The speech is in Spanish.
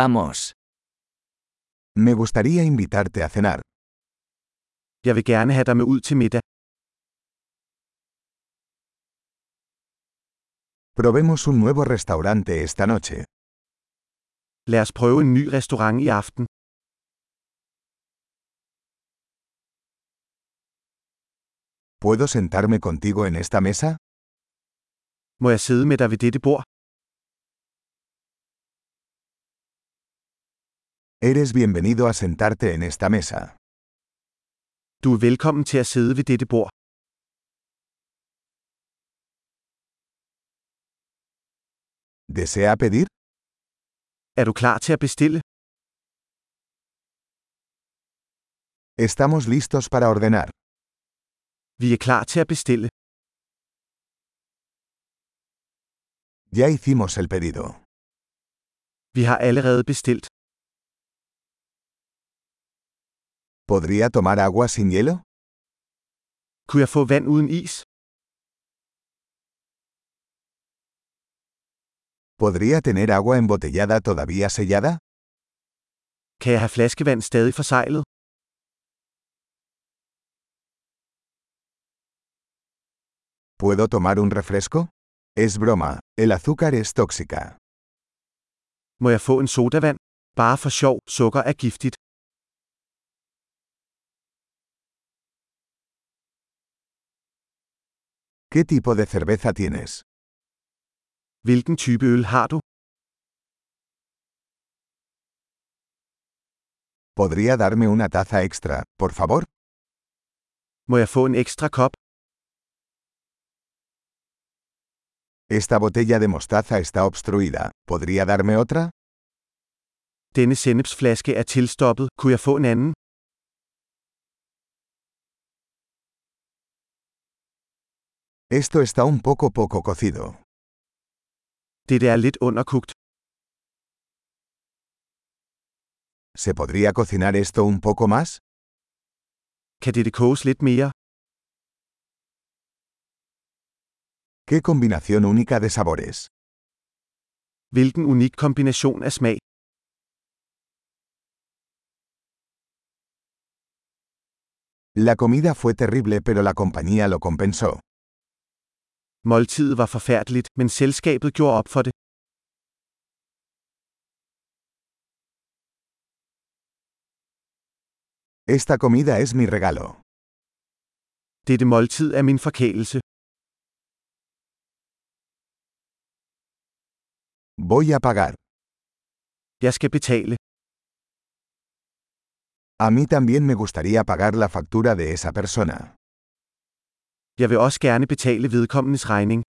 Vamos. Me gustaría invitarte a cenar. Jeg vil gerne have dig med ud til middag. Probemos un nuevo restaurante esta noche. Lad os prøve en ny restaurant i aften. ¿Puedo sentarme contigo en esta mesa? Må jeg sidde med dig ved dette bord? Eres bienvenido a sentarte en esta mesa. Du er velkommen til at sidde ved dette bord. ¿Desea pedir? Er du klar til at bestille? Estamos listos para ordenar. Vi er klar til at bestille. Ya hicimos el pedido. Vi har allerede bestilt. ¿Podría tomar agua sin hielo? Kunne jeg få vand uden is? ¿Podría tener agua embotellada todavía sellada? Kan jeg have flaskevand stadig forseglet? ¿Puedo tomar un refresco? Es broma, el azúcar es tóxica. Må jeg få en sodavand? Bare for sjov, sukker er giftigt. ¿Qué tipo de cerveza tienes? Hvilken type øl har du? ¿Podría darme una taza extra, por favor? Må jeg få en ekstra kop? Esta botella de mostaza está obstruida. ¿Podría darme otra? Denne sennepsflaske er tilstoppet. Kunne jeg få en anden? Esto está un poco poco cocido. Dette er lidt underkugt. ¿Se podría cocinar esto un poco más? Kan dette koges lidt mere? ¡Qué combinación única de sabores! Hvilken unik kombination af smag. La comida fue terrible pero la compañía lo compensó. Måltidet var forfærdeligt, men selskabet gjorde op for det. Esta comida es mi regalo. Dette måltid er min forkælelse. Voy a pagar. Jeg skal betale. A mí también me gustaría pagar la factura de esa persona. Jeg vil også gerne betale vedkommendes regning.